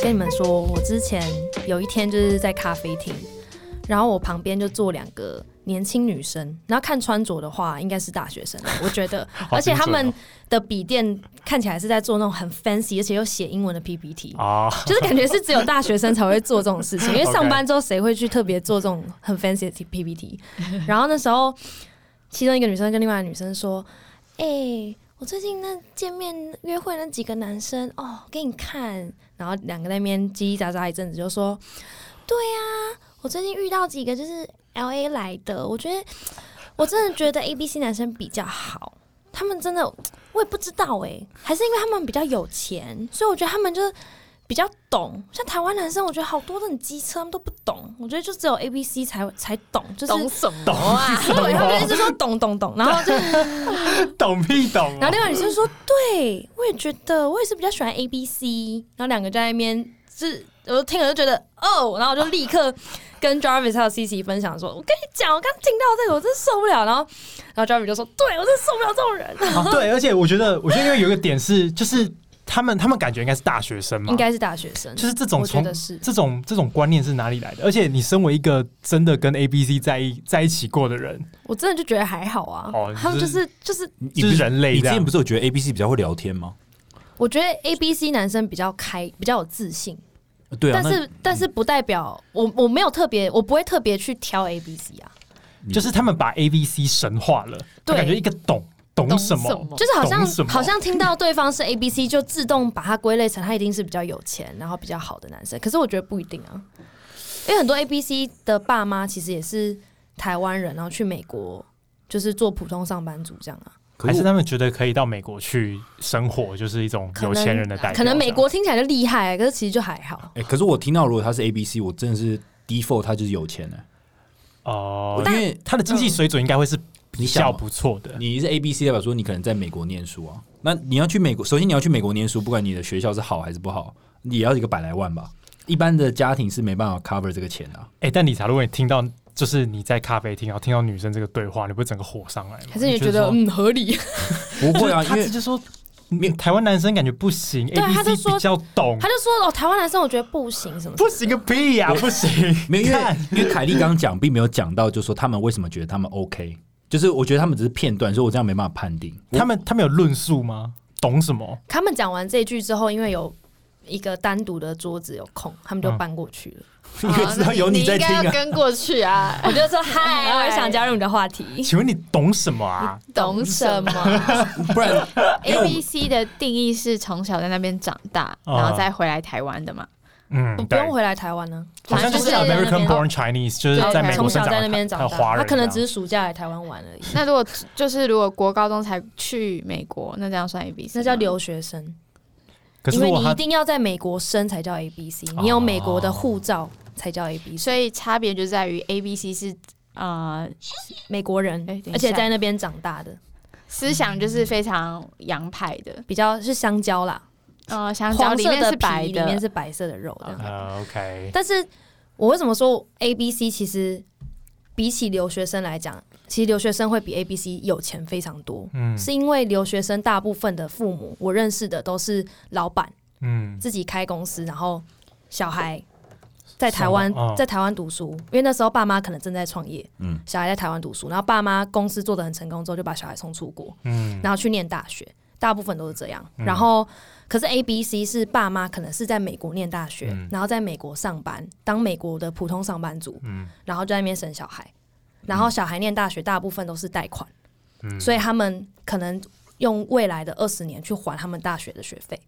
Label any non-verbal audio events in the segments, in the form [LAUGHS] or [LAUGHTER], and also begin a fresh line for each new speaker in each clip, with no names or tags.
跟你们说，我之前有一天就是在咖啡厅，然后我旁边就坐两个年轻女生，然后看穿着的话，应该是大学生，我觉得，而且他们的笔电看起来是在做那种很 fancy，而且又写英文的 PPT，
啊，
[LAUGHS] 就是感觉是只有大学生才会做这种事情，因为
OK
上班之后谁会去特别做这种很 fancy 的 PPT？然后那时候，其中一个女生跟另外一个女生说：“哎、我最近那见面约会那几个男生哦，给你看。”然后两个在那边叽叽喳喳一阵子，就说：“对呀、我最近遇到几个就是 L A 来的，我觉得我真的觉得 A B C 男生比较好。”他们真的，我也不知道哎、还是因为他们比较有钱，所以我觉得他们就是比较懂，像台湾男生，我觉得好多都很机车，他们都不懂。我觉得就只有 A B C 才才懂，就是
懂什么啊？
对，他们就一直说懂懂懂，然后就
[LAUGHS] 懂屁懂
然
啊
后！另外女生说，对我也觉得，我也是比较喜欢 A B C，然后两个在那边就是。我听了就觉得哦，然后我就立刻跟 Jarvis 还有 CC 分享说：“我跟你讲，我刚听到这个，我真受不了。”然后，然后 Jarvis 就说：“对我真受不了这种人，
哦对，而且我觉得，我觉得因为有一个点是，就是他们他们感觉应该是大学生嘛，
应该是大学生。”
就是这种
我觉
从
得是
这种这种观念是哪里来的？而且你身为一个真的跟 A B C 在一在一起过的人，
我真的就觉得还好啊。
哦
他们就是就是，
你
就是人类
你
这
之
样
前不是有觉得 A B C 比较会聊天吗？
我觉得 A B C 男生比较开，比较有自信，
呃
对啊，
但是但是不代表我我没有特别，我不会特别去挑 A B C 啊，
嗯
就是他们把 A B C 神化了，
对
感觉一个懂懂什么，
懂什么
就是好
懂什
像
么
好像听到对方是 A B C 就自动把他归类成他一定是比较有钱，然后比较好的男生，可是我觉得不一定啊，因为很多 A B C 的爸妈其实也是台湾人，然后去美国就是做普通上班族这样啊。
可
还
是
是
我
他们觉得可以到美国去生活，就是一种
可能
有钱人的代表。
可能美国听起来就厉害、可是其实就还好。
哎、可是我听到如果他是 A B C，我真的是 default 他就是有钱的、
这样哦，
因为
他的经济水准应该会是
你
比
想嘛
较不错的。
你是 A B C 代表说你可能在美国念书啊，那你要去美国，首先你要去美国念书，不管你的学校是好还是不好，也要一个百来万吧。一般的家庭是没办法 cover 这个钱的啊、
哎、但理查，如果你听到就是你在咖啡厅，然后听到女生这个对话，你不会整个火上来吗？
还是你
你
觉得嗯合理？
不会啊，因
他
为
就说，嗯台湾男生感觉不行
对啊
，A
他
B
就
C
说
比较懂
他，就说哦，台湾男生我觉得不行什么什么
不行个屁呀、不行，
没有，因为
看
因为凯莉刚刚讲，并没有讲到，就说他们为什么觉得他们 OK，就是我觉得他们只是片段，所以我这样没办法判定。
他们他们有论述吗？懂什么？
他们讲完这句之后，因为有一个单独的桌子有空，他们就搬过去了。
[LAUGHS]
哦
因为知道有
你
在听
应该要
啊，
跟过去啊，
[LAUGHS] 我就说嗨，
嗨
我也想加入你的话题。
请问你懂什么啊？
懂什么
不然
[LAUGHS]
？A B C 的定义是从小在那边长大，
哦
啊
然后再回来台湾的嘛。
嗯
我，不
对
用，回来台湾啊呢、
好像就是
反正就是
American
在那边啊
born Chinese，就是
对
在美
从
国
小
生
在
长
那边长
的
大，
华
他
人，啊
可能只是暑假来台湾玩而已，
那如果就是如果国高中才去美国，那这样算 A B C？
那叫留学生。
可是哦
因为
如果
你一
他
定要在美国生才叫 A B C，你有美国的护照才叫 A B C，
所以差别就在于 A B C 是呃
美国人
哎等一，下
而且在那边长大的，
思想就是非常洋派的，
比较是香蕉啦，
呃，香蕉
黄
里
色
面
的
是白
皮，里面
的，
是白色的肉这样。
呃 OK，
但是我为什么说 A B C 其实比起留学生来讲，其实留学生会比 A B C 有钱非常多，
嗯
是因为留学生大部分的父母，我认识的都是老板
嗯，
自己开公司，然后小孩。在台湾
什么哦，
在台湾读书，因为那时候爸妈可能正在创业，
嗯
小孩在台湾读书，然后爸妈公司做的很成功之后，就把小孩送出国，
嗯
然后去念大学，大部分都是这样。
嗯
然后，可是 A、B、C 是爸妈可能是在美国念大学，
嗯
然后在美国上班，当美国的普通上班族，
嗯
然后就在那边生小孩，然后小孩念大学大部分都是贷款，
嗯，
所以他们可能用未来的二十年去还他们大学的学费，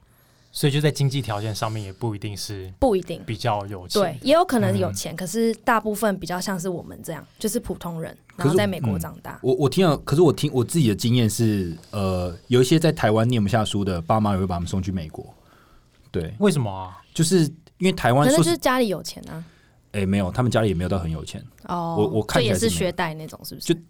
所以就在经济条件上面也不一定是
不一定。
比较有钱，
对，，也有可能
嗯
有钱，可是大部分比较像是我们这样，就是普通人，
可
然
是嗯
后在美国长大。
我我听到，可是我听我自己的经验是，呃，有一些在台湾念不下书的，爸妈也会把他们送去美国。对，
为什么啊？
就是因为台湾
可能
说
就是是，家里有钱啊，
哎、没有，他们家里也没有到很有钱，
哦，
我我看
这
起
也
来是
是
没有
学贷那种，是不是？
就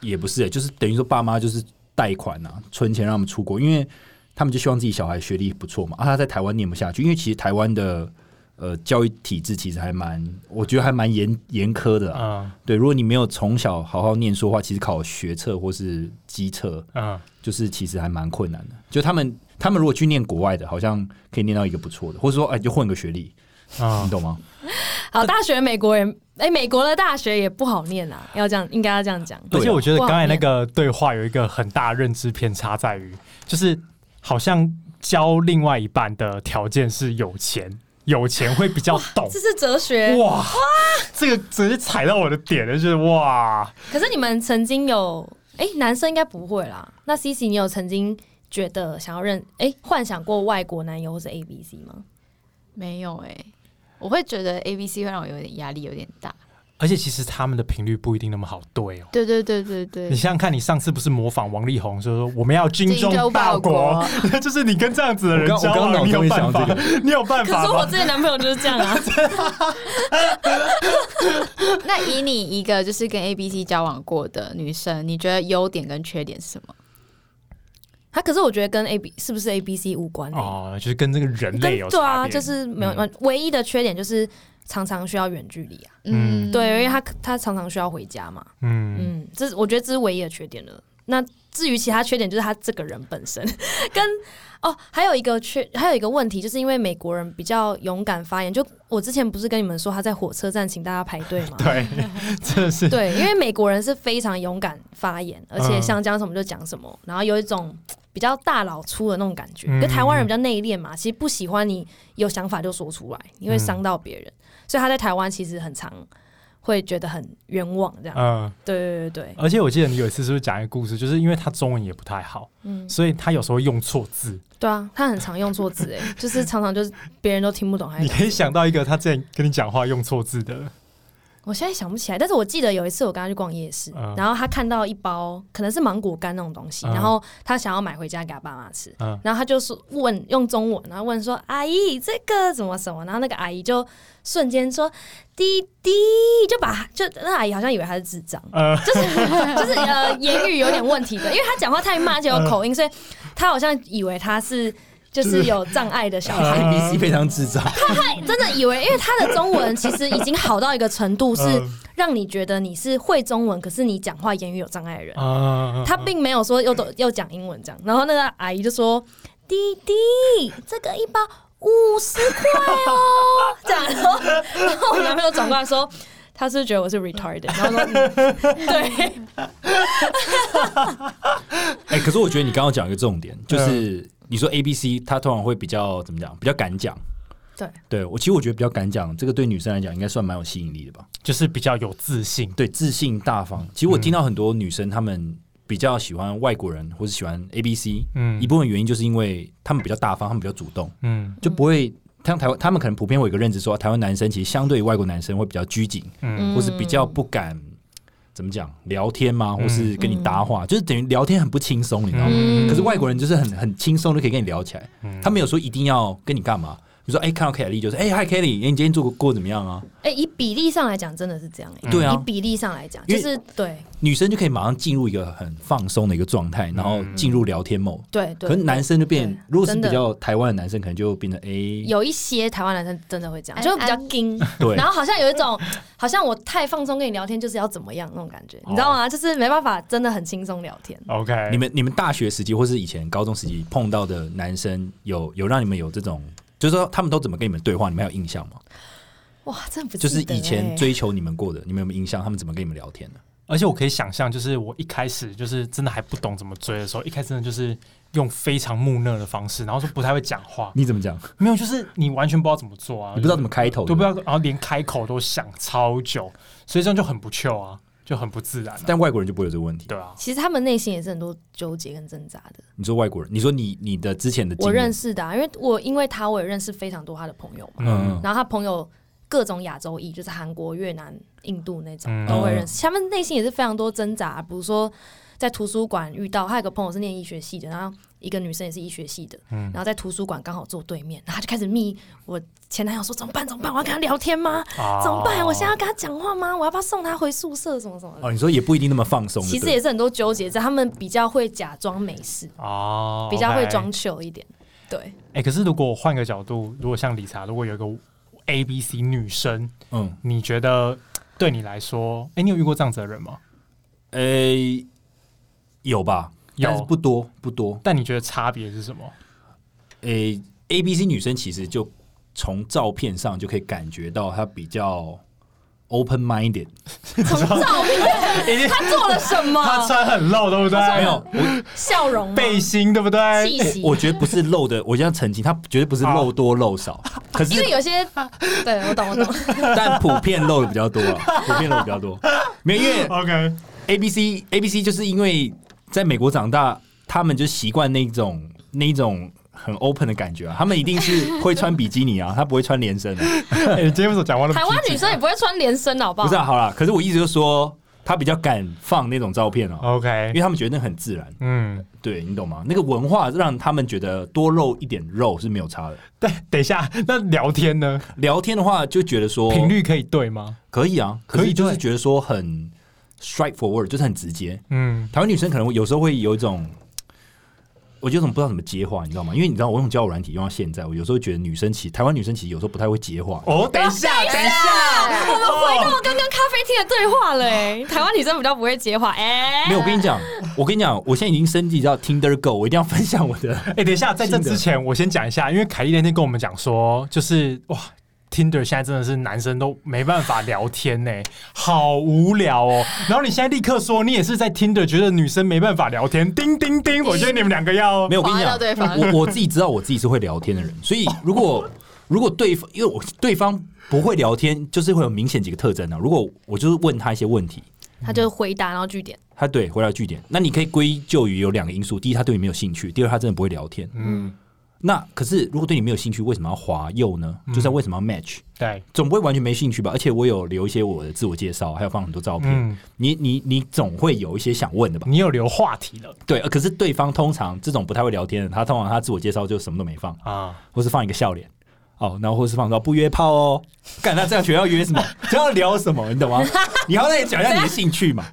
也不是、哎，就是等于说爸妈就是贷款啊，存钱让他们出国，因为他们就希望自己小孩学历不错嘛。啊，他在台湾念不下去，因为其实台湾的呃教育体制其实还蛮，我觉得还蛮严严苛的、啊。
嗯
对，如果你没有从小好好念书的话，其实考学测或是机测，
嗯，
就是其实还蛮困难的。就他们他们如果去念国外的，好像可以念到一个不错的，或者说哎就混个学历，
啊
你，懂吗？
好，大学美国人，哎、美国的大学也不好念啊，要这样，应该要这样讲。
而且我觉得
不好
刚才那
念
个对话有一个很大认知偏差，在于就是好像教另外一半的条件是有钱，有钱会比较懂
这。是哲学。
哇，这个直接踩到我的点了，就是哇，
可是你们曾经有，哎、男生应该不会啦。那 C C，你有曾经觉得想要认，哎、幻想过外国男友或是 A B C 吗？
没有哎、我会觉得 A B C 会让我有点压力，有点大。
而且其实他们的频率不一定那么好对哦。
对对对对对
你，想想看，你上次不是模仿王力宏，说说我们要精忠报国，， [LAUGHS] 就是你跟这样子的人
我刚
交
我刚脑
往，你有
中也
办
想
法？
这
你有办
可
法
是我
吗？
自己的男朋友就是这样
[LAUGHS]
啊，
[LAUGHS] 那以你一个就是跟 A B C 交往过的女生，你觉得优点跟缺点是什么？
他可是我觉得跟 A B 是不是 A B C 无关、欸？
哦，就是跟这个人类有
跟对
差
啊，
别
就是没有、
嗯
唯一的缺点就是常常需要远距离啊。
嗯
对，因为他他常常需要回家嘛。
嗯，
嗯，这是我觉得这是唯一的缺点了。那至于其他缺点，就是他这个人本身 [LAUGHS] 跟哦，还有一个缺，还有一个问题，就是因为美国人比较勇敢发言。就我之前不是跟你们说他在火车站请大家排队吗？
[LAUGHS] 对，真的是
对，因为美国人是非常勇敢发言，而且
嗯
想讲什么就讲什么，然后有一种比较大老粗的那种感觉。
嗯
就台湾人比较内敛嘛，其实不喜欢你有想法就说出来，你会伤到别人，
嗯
所以他在台湾其实很常会觉得很冤枉这样。
嗯。
对对对对，
而且我记得你有一次是不是讲一个故事，就是因为他中文也不太好，
嗯，
所以他有时候用错字。
对啊，他很常用错 [LAUGHS] 字，哎，就是常常就是别人都听不懂，还
你可以想到一个他之前跟你讲话用错字的，
我现在想不起来，但是我记得有一次我跟他去逛夜市，
嗯
然后他看到一包可能是芒果干那种东西，
嗯
然后他想要买回家给他爸妈吃，
嗯
然后他就是问用中文，然后问说阿姨这个怎么什么，然后那个阿姨就瞬间说滴滴，就把就那阿姨好像以为他是智障，
呃，
就是 [LAUGHS] 就是呃言语有点问题的，因为他讲话太慢，而且有口音，所以他好像以为他是啊就是啊有障碍的小孩。
A B C 非常智障，
[LAUGHS] 真的以为，因为他的中文其实已经好到一个程度，是让你觉得你是会中文，可是你讲话言语有障碍的人。
啊
他并没有说又都又讲英文这样，然后那个阿姨就说：“弟弟，这个一包五十块哦。” [LAUGHS] 这样，然后然后我男朋友转过来说。他是不是觉得我是 retarded，然后说、嗯、对，
哎、可是我觉得你刚刚讲一个重点，就是你说 A、B、C，它通常会比较怎么讲，比较敢讲。
对，
对我其实我觉得比较敢讲，这个对女生来讲应该算蛮有吸引力的吧？
就是比较有自信，
对，自信大方。其实我听到很多女生，她们比较喜欢外国人，或是喜欢 A、B、C，
嗯
一部分原因就是因为她们比较大方，她们比较主动，
嗯
就不会像台湾，她们可能普遍会有一个认知说，啊台湾男生其实相对于外国男生会比较拘谨，
嗯
或是比较不敢怎么讲聊天嘛，或是跟你搭话，就是等于聊天很不轻松，你知道吗？
嗯
可是外国人就是很很轻松就可以跟你聊起来，
嗯
他没有说一定要跟你干嘛。比如说，哎、看到凯莉就是，哎、嗨，凯莉，哎、你今天做过过怎么样啊？
哎、以比例上来讲，真的是这样、哎
对啊
以比例上来讲，
因
就
为
是对
女生就可以马上进入一个很放松的一个状态，然后进入聊天 mode。
对
可
嗯对，
是男生就变
对，
如果是
真的
比较台湾的男生，可能就变成哎，
有一些台湾男生真的会这样，就会比较
安安
硬，
对
然后好像有一种， [CLEARS THROAT] 好像我太放松跟你聊天就是要怎么样那种感觉，
哦
你知道吗？就是没办法，真的很轻松聊天。
，OK，
你们你们大学时期或是以前高中时期碰到的男生有，有让你们有这种，就是说他们都怎么跟你们对话，你们还有印象吗？
哇，真的不记得
就是以前
欸
追求你们过的，你们有没有印象？他们怎么跟你们聊天的？
而且我可以想象，就是我一开始就是真的还不懂怎么追的时候，一开始真的就是用非常木讷的方式，然后说不太会讲话，
你怎么讲？
没有，就是你完全不知道怎么做啊，
嗯你不知道怎么开头，
对，不知
对
道，然后连开口都想超久，所以这样就很不俏啊，就很不自然、啊，
但外国人就不会有这个问题。
对啊，
其实他们内心也是很多纠结跟挣扎的。
你说外国人，你说你你的之前的经
我
验
认识的、啊，因为我因为他，我也认识非常多他的朋友嘛。
嗯
然后他朋友各种亚洲裔，就是韩国、越南、印度那种
嗯
都会认识。他们内心也是非常多挣扎，比如说在图书馆遇到，他有个朋友是念医学系的，然后一个女生也是医学系的，
嗯
然后在图书馆刚好坐对面，然后他就开始密我前男友说怎么办怎么办，我要跟他聊天吗？
啊
怎么办？我现在要跟他讲话吗？我要不要送他回宿舍？什么什
嗯
么的。
哦，你说也不一定那么放松的，
其实
对
也是很多纠结在，他们比较会假装没事，
哦，
比较会
OK
装球一点。
[LAUGHS]
对，
哎、可是如果我换个角度，如果像理查，如果有一个 A、B、C 女生，
嗯，
你觉得对你来说，哎、你有遇过这样子的人吗？
诶，有
呃
吧？
有
但是不多不多。呃
但你觉得差别是什么？
诶，A、B、C 女生其实就从照片上就可以感觉到他比较 open minded。
从照片
[LAUGHS] 已经
他做了什
他
么？
穿很露，对不
没
对？
有，我
笑容吗
背心，对不对？
气息，
我觉得不是漏的，我这样澄清，他绝对不是漏多漏
[LAUGHS]
少，可
因
是
为有
[LAUGHS]
些对我懂我懂，
但普遍漏的比较多
[LAUGHS]
啊，普遍漏的比较多。没有，因为
OK，
A B C A B C 就是因为在美国长大，他们就习惯那种那一种很 open 的感觉啊，他们一定是会穿比
[LAUGHS]
基尼啊，他不会穿连身的、
哎你今天为什么讲话
啊
那么
台湾
积极
女生也不会穿连身，好不
不
好
是、？啊、好啦，可是我一直就说他比较敢放那种照片哦、因为
？OK，
他们觉得那很自然，
嗯，
对你懂吗？那个文化让他们觉得多露一点肉是没有差的。
但等一下，那聊天呢？
聊天的话就觉得说
频率可以对吗？
可以啊，可
可以
以就是
对
觉得说很 straightforward，就是很直接。
嗯，
台湾女生可能会有时候会有一种，我就有种不知道怎么接话，你知道吗？因为你知道我用交友软体用到现在，我有时候觉得女生其实台湾女生其实有时候不太会接
[LAUGHS]
话。
哦，等一下，
啊
等一下，
哎我们回到刚刚咖啡厅的对话了、欸，台湾女生比较不会接话，哎、
没有，我跟你讲，我跟你讲，我现在已经升级到 Tinder Go，我一定要分享我
[LAUGHS]
的。
哎，等一下，在这之前，我先讲一下，因为凯莉那天跟我们讲说，就是哇。Tinder 现在真的是男生都没办法聊天呢、好无聊哦。然后你现在立刻说你也是在 Tinder 觉得女生没办法聊天，叮叮叮，我觉得你们两个要
没有，我跟你
划到
讲
对，方
我我自己知道我自己是会聊天的人，所以如果如果对方因为我对方不会聊天，就是会有明显几个特征啊。如果我就是问他一些问题，
她就是回答，然后据点，
他对回到据点，那你可以归咎于有两个因素：第一，他对你没有兴趣；第二，他真的不会聊天。
嗯，
那可是如果对你没有兴趣，为什么要滑右呢？
嗯
就是为什么要 match？
对，
总不会完全没兴趣吧？而且我有留一些我的自我介绍，还有放很多照片。
嗯
你你你总会有一些想问的吧？
你有留话题了
对，呃可是对方通常这种不太会聊天的，他通常他自我介绍就什么都没放，
啊？
或是放一个笑脸。哦，然后或是放到不约炮哦，干那这样学校约什么？ [LAUGHS] 这样聊什么？你懂吗？你好歹讲一下你的兴趣嘛，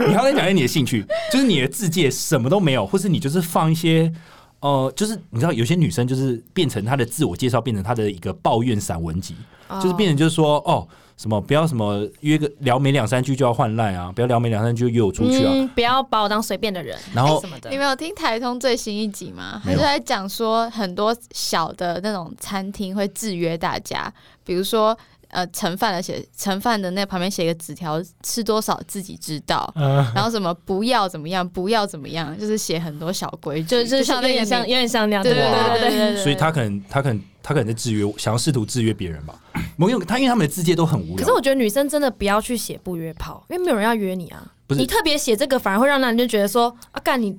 你好歹讲一下你的兴趣，就是你的自介什么都没有，或是你就是放一些呃，就是你知道有些女生就是变成她的自我介绍，变成她的一个抱怨散文集，
哦
就是变成就是说哦什么不要什么约个聊没两三句就要换赖啊，不要聊没两三句就约我出去啊，
嗯，不要把我当随便的人，
然后
哎什么的
你，们有听台通最新一集吗？他
没有
就在讲说很多小的那种餐厅会制约大家，比如说呃盛饭的写盛饭的那旁边写个纸条，吃多少自己知道。
[LAUGHS]
嗯，
然后什么不要怎么样，不要怎么样，就是写很多小规矩，
就就是像
像
有点像有点像那样，
对
对
对
对
对
对
对
对
对对，
所以他可能他可能他可能在制约，想要试图制约别人吧。某种他因为他们的自介都很无
可
聊
是，我觉得女生真的不要去写不约炮，因为没有人要约你啊。
不是
你特别写这个，反而会让男人就觉得说啊，干你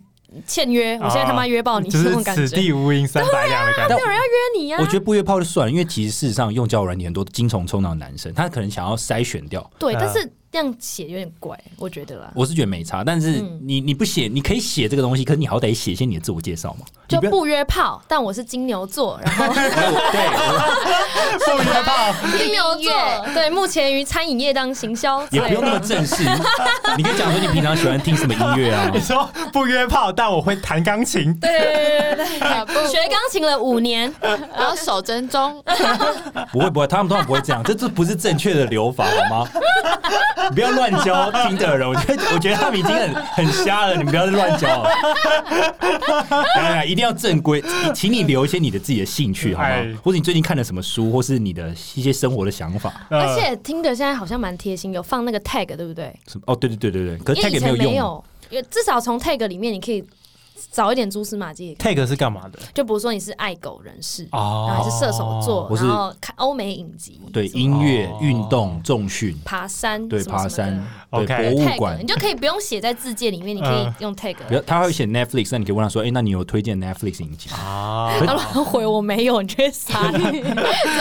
欠约，
啊
我现在他妈约爆哦你，
就
这
是
种感觉。
此地无银三百两的感觉
但。
约你呀、啊
我觉得不约炮就算了，因为其实事实上用交友软体很多精虫充脑的男生，他可能想要筛选掉。
对，
嗯
但是这样写有点怪，我觉得啦，
我是觉得没差，但是
嗯
你你不写，你可以写这个东西，可是你好歹写一些你的自我介绍嘛。
就
你要
不约炮。但我是金牛座，然后
对，
不约炮，
金牛座对，目前于餐饮业当行销之
也
类
不用那么
的。
正式。你可以讲说你平常喜欢听什么音乐
[LAUGHS]
啊
你？说不约炮，但我会弹钢琴。
对对对对
啊不
对，学钢琴了五年，
[LAUGHS]
[LAUGHS] 啊
然后手真中，
不会不会，他们通常不会这样，这这不是正确的流法好吗？ [LAUGHS] 你不要乱教听的人，我觉得我觉得他们已经很很瞎了，你们不要再乱教 [LAUGHS] 了。来来来，一定要正规，请你留一些你的自己的兴趣好吗
哎？
或者你最近看了什么书，或是你的一些生活的想法。
呃
而且听的现在好像蛮贴心，有放那个 tag，对不对？
什么？哦，对对对对对，可是
因为以
tag 也没
前
有
没
用啊。
有，因为至少从 tag 里面你可以找一点蛛丝马迹也可以。
tag 是干嘛的？
就比如说你是爱狗人士，
哦
然后你是射手座，
我是
然后看欧美影集，
对
什么
音乐
哦、
运动、重训，
爬山，
对
什么
爬
什么
山
的，
对
OK
博物
tag，
馆
你。就可以不用写在字界里面，你可以
嗯
用 tag。 [LAUGHS]
不要，他会写 Netflix，那你可以问他说：“哎，那你有推荐 Netflix 影集吗？”
啊，
他乱回我没有，你觉得傻你？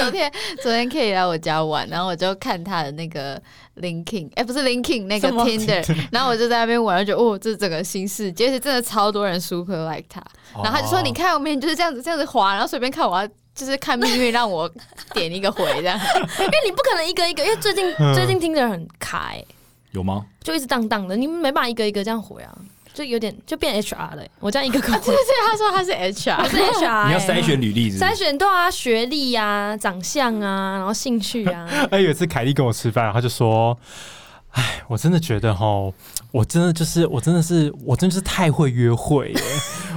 昨天昨天 K 来我家玩，然后我就看他的那个 Linking，哎、不是 Linking 那个
什么
Tinder，然后我就在那边玩，就觉得哦，这整个新世界，而且真的超多人 super like 他，然后他就说
哦
你看我面就是这样子这样子滑，然后随便看我要。就是看命运让我点一个回这 [LAUGHS] 样，
因哎为你不可能一个一个，因为最近
嗯
最近听的很开、欸，
有吗？
就一直荡荡的，你没办法一个一个这样回啊，就有点就变 HR 了欸、我这样一个个
对
回，
对，他说他是
[LAUGHS] 我
HR，
是 HR，、欸、
你要筛选履历是不是
筛选对啊，学历啊，长相啊，然后兴趣 [LAUGHS] 啊，
哎，有一次凯莉跟我吃饭，她就说：“哎，我真的觉得哈，我真的就是，我真的是，我真的是太会约会耶。”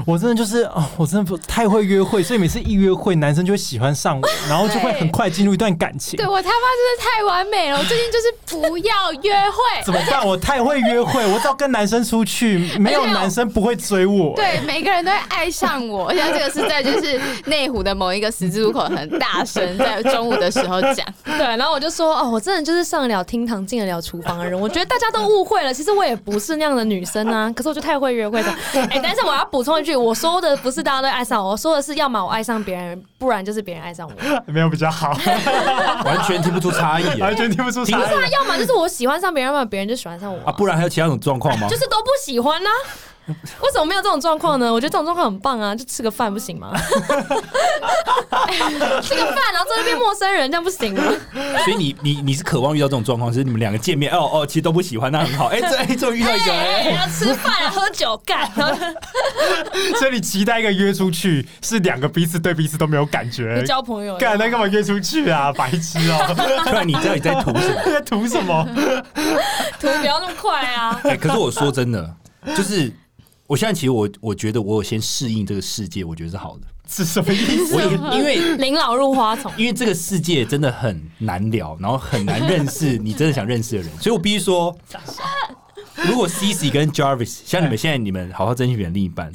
我真的就是哦，我真的不太会约会，所以每次一约会，男生就会喜欢上我，然后就会很快进入一段感情
[LAUGHS] 对。我他妈真的太完美了，我最近就是不要约会。
怎么办？我太会约会，我只要跟男生出去，没有
而且我
男生不会追我。
[LAUGHS] 对，每个人都会爱上我。像这个是在就是内湖的某一个十字路口，很大声，在中午的时候讲。
对，然后我就说哦，我真的就是上得了厅堂，进得了厨房的人。我觉得大家都误会了，其实我也不是那样的女生啊。 [LAUGHS] 可是我就太会约会了。哎、但是我要补充一句，我说的不是大家都爱上我，我说的是要么我爱上别人，不然就是别人爱上 [LAUGHS] 我。
没有比较好，
完全听不出差异
[LAUGHS] 完
欸
全听不出差
听
异。
啊要么就是我喜欢上别人，要么别人就喜欢上我啊、
啊！不然还有其他种状况吗？
就是都不喜欢啦、为什么没有这种状况呢？我觉得这种状况很棒啊，就吃个饭不 [LAUGHS] 行吗？吃个饭，然后在那边陌生人，这样不行吗？
所以你你你是渴望遇到这种状况，是你们两个见面哦哦，其实都不喜欢，那很好。哎，这哎终于遇到一个
哎、
哎，
要吃饭，然后喝酒，干，然 [LAUGHS] 后
所以你期待一个约出去，是两个彼此对彼此都没有感觉
就。交朋友。
干，那干嘛约出去啊？白痴哦、
不然你到底在图什么？
[LAUGHS] 在图什么？
图不要那么快 [LAUGHS] 啊！
哎，可是我说真的，就是我现在其实我我觉得我有先适应这个世界，我觉得是好的。
是什么意
啊 [LAUGHS]
思？
我也因为
林老入花丛，
因为这个世界真的很难聊，然后很难认识你真的想认识的人， [LAUGHS] 所以我必须说，如果 Cici 跟 Jarvis 像你们现在你们好好珍惜你们的另一半，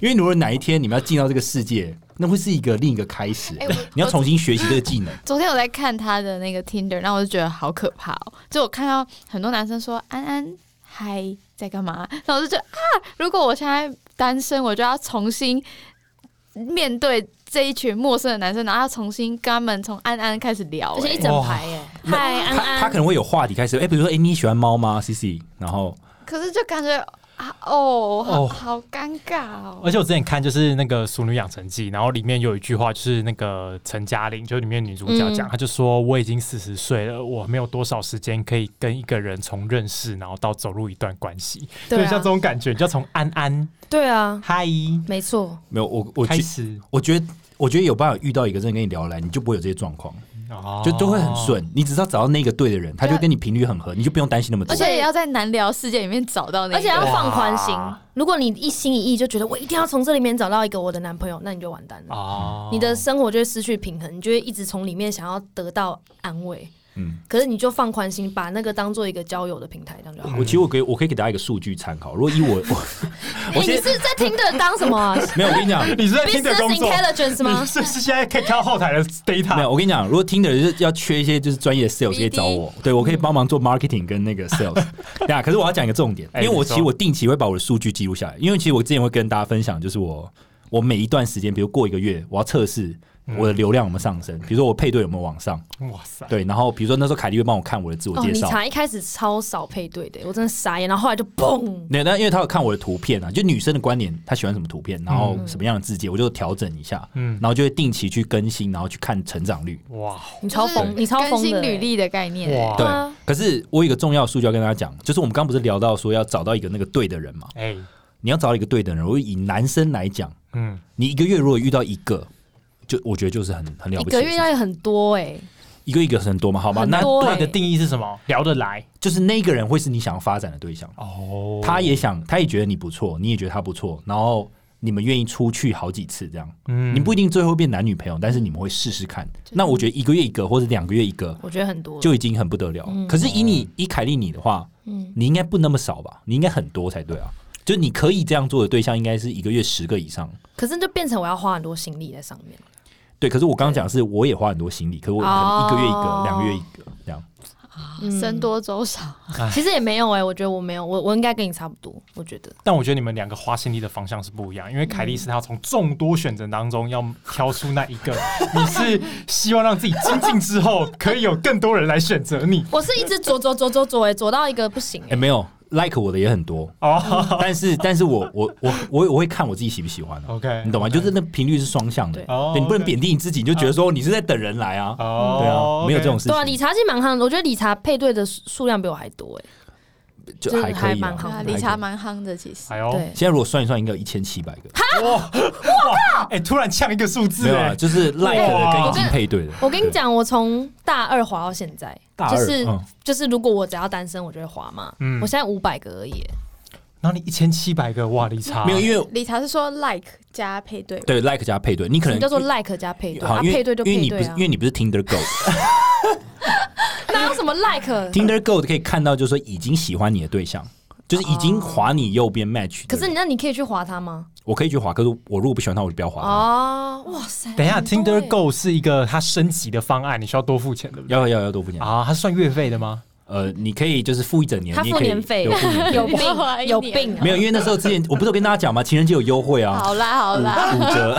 因为如果哪一天你们要进到这个世界，那会是一个另一个开始
哎我，
你要重新学习这个技能。
昨天我在看他的那个 Tinder，然后我就觉得好可怕哦！就我看到很多男生说“安安嗨在干嘛”，然后我就觉得啊，如果我现在单身，我就要重新面对这一群陌生的男生，然后要重新跟他们从安安开始聊、
而且一
欸。
整排耶，嗨安
他他
安
可，能会有话题开始，哎、比如说，哎、你喜欢猫吗？Cici，然后
可是就感觉啊，哦，好
哦
好尴尬哦。
而且我之前看就是那个《熟女养成记》，然后里面有一句话就是那个陈嘉玲，就是里面女主角讲，
嗯
她就说我已经四十岁了，我没有多少时间可以跟一个人从认识，然后到走入一段关系，
对啊
就像这种感觉，你就要从安安
对啊，
嗨
没错，
没有我我
开
觉
始，
我觉得我觉得有办法遇到一个真的跟你聊得来，你就不会有这些状况，
哦
就都会很。顺。你只要找到那个对的人，他就跟你频率很合，你就不用担心那么多
而。且也要在难聊世界里面找到那个，
而且要放宽心
哇。
如果你一心一意就觉得我一定要从这里面找到一个我的男朋友，那你就完蛋了。
哦
你的生活就会失去平衡，你就会一直从里面想要得到安慰。
嗯
可是你就放宽心，把那个当做一个交友的平台，这样就好。
我其实我可以我可以给大家一个数据参考。如果以我 [LAUGHS] 我
哎、
我
你
先
是在听的当什么、
[LAUGHS]
啊、
没有，我跟你讲，
你是在听的
business
工作，
intelligence 吗
嗯
你？是不是现在可以看到后台的
没
data？
有，我跟你讲，如果听的人是要缺一些就是专业的 sales，
BD
可以找我，对我可以帮忙做 marketing 跟那个
[LAUGHS]
sales。对啊，可是我要讲一个重点，因
哎
为我
你说
其实我定期会把我的数据记录下来，因为其实我之前会跟大家分享，就是我我每一段时间，比如过一个月，我要测试我
嗯
的流量有没有上升，比如说我配对有没有往上，
哇塞，
对，然后比如说那时候凯莉会帮我看我的自我
哦，
介
你
绍。
查一开始超少配对的，我真的傻眼，然后后来就嘣，
对，但因为她有看我的图片啊，就女生的观点，她喜欢什么图片，然
嗯
后什么样的字节，我就调整一下，
嗯
然后就会定期去更新，然后去看成长率。
哇
你
就
超
是
疯，你超
更
疯的
新
欸
履。历的概念欸。
哇，
对
啊，
可是我有一个重要的数据要跟大家讲，就是我们刚不是聊到说要找到一个那个对的人嘛？
哎，
你要找到一个对的人，我以男生来讲，
嗯，
你一个月如果遇到一个，就我觉得就是很很了
一
不
个
起的
月
事情，
要很多哎、
一个一个很多嘛，好吧？
很
那
多欸对
那你的定义是什么？聊得来
就是那个人会是你想要发展的对象，
哦
他也想，他也觉得你不错，你也觉得他不错，然后你们愿意出去好几次这样，
嗯
你不一定最后变男女朋友，但是你们会试试看。那我觉得一个月一个或者两个月一个
我觉得很多。
就已经很不得了。可是以你以凯莉你的话，
嗯，
你应该不那么少吧？你应该很多才对啊。就是你可以这样做的对象，应该是一个月十个以上。
可是就变成我要花很多心力在上面。
对，可是我刚刚讲的是，我也花很多心力，可是我可能一个月一
哦
个，两个月一个这样。
嗯
僧多粥少，
其实也没有哎、我觉得我没有，我我应该跟你差不多，我觉得。
但我觉得你们两个花心力的方向是不一样，因为凯莉是她从众多选择当中要挑出那一个， [LAUGHS] 你是希望让自己精进之后，可以有更多人来选择你。
我是一直左左左左左哎、左到一个不行
哎、
哎、
没有 like 我的也很
[LAUGHS]
多，
哦 [LAUGHS]
但是但是我我我我我会看我自己喜不喜欢、
[LAUGHS]
啊。
，OK，
你懂吗？就是那频率是双向的，
对
哦
对你不能
OK
贬低你自己，你就觉得说你是在等人来啊，
哦，
对啊，没有这种
事。
事
对啊，理
情，
查其实蛮夯的，我觉得理查配对的数数量比我还多哎、
就还可
还
以
蛮
啊。
好
对啊，
的
理查蛮夯的，其实。
哎呦，
对，
现在如果算一算，应该有一千七百个，
哎，突然呛一个数字
没有啊，
哎，
就是 like 的跟已经配对的，
我跟你讲，我从大二滑到现在，
大
就
二
是、
嗯
就是，如果我只要单身，我就会滑嘛。
嗯
我现在五百个而已，欸
然后你一千七百个，哇，利差
没有，因为
理查是说 like 加配对，
对 like 加配对，你可
什么
能
叫做 like 加配对
好，
啊？
因为
配对就
因为
配
你不
对
是
啊
因，为你不是
[LAUGHS]
Tinder Gold，Tinder
哪有什么 like？
Gold 可以看到，就是说已经喜欢你的对象，就是已经划你右边 match
哦可
的人。
是你那你可以去划它吗？
我可以去划，可是我如果不喜欢他，我就不要划他。
哦，哇塞！
等一下
很多欸
，Tinder Go 是一个它升级的方案，你需要多付钱，对不对？
要要要都不讲。
啊，它是算月费的吗？
呃，你可以就是付一整年，
他
你也可
付
以
年费
对付年
[LAUGHS]
费
有
你要划
病
一
有
年
病啊
没！有，因为那时候之前我不是有跟大家讲吗？情人节有优惠啊，
好啦好
嗯
啦，
五折。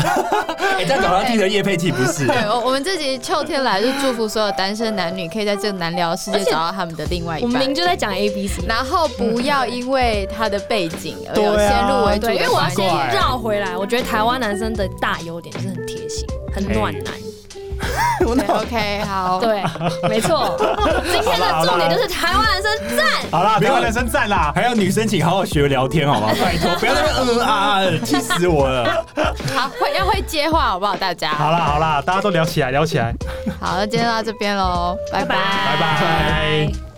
哎，这样搞到 Tinder 夜配题不是？
对，我我们这集秋天来就祝福所有单身男女可以在这个难聊的世界找到他们的另外一
我们明
半
明，就在讲 A B C，
然后不要因为他的背景而有
对啊
先入为主的
对，因为我要先
奇怪
绕回来，我觉得台湾男生的大优点就是很贴心，很暖男。
对 OK 好，
对，没错。今天的重点就是台湾男生赞。
好啦，
没
台
有
湾男生赞啦！
还有女生，请好好学聊天好吗？拜托，不要在那边嗯啊啊的，气死我了！
好会要会接话好不好？大家
好啦好啦，大家都聊起来，聊起来，
哎
好，那今天到这边喽，拜
拜
拜拜。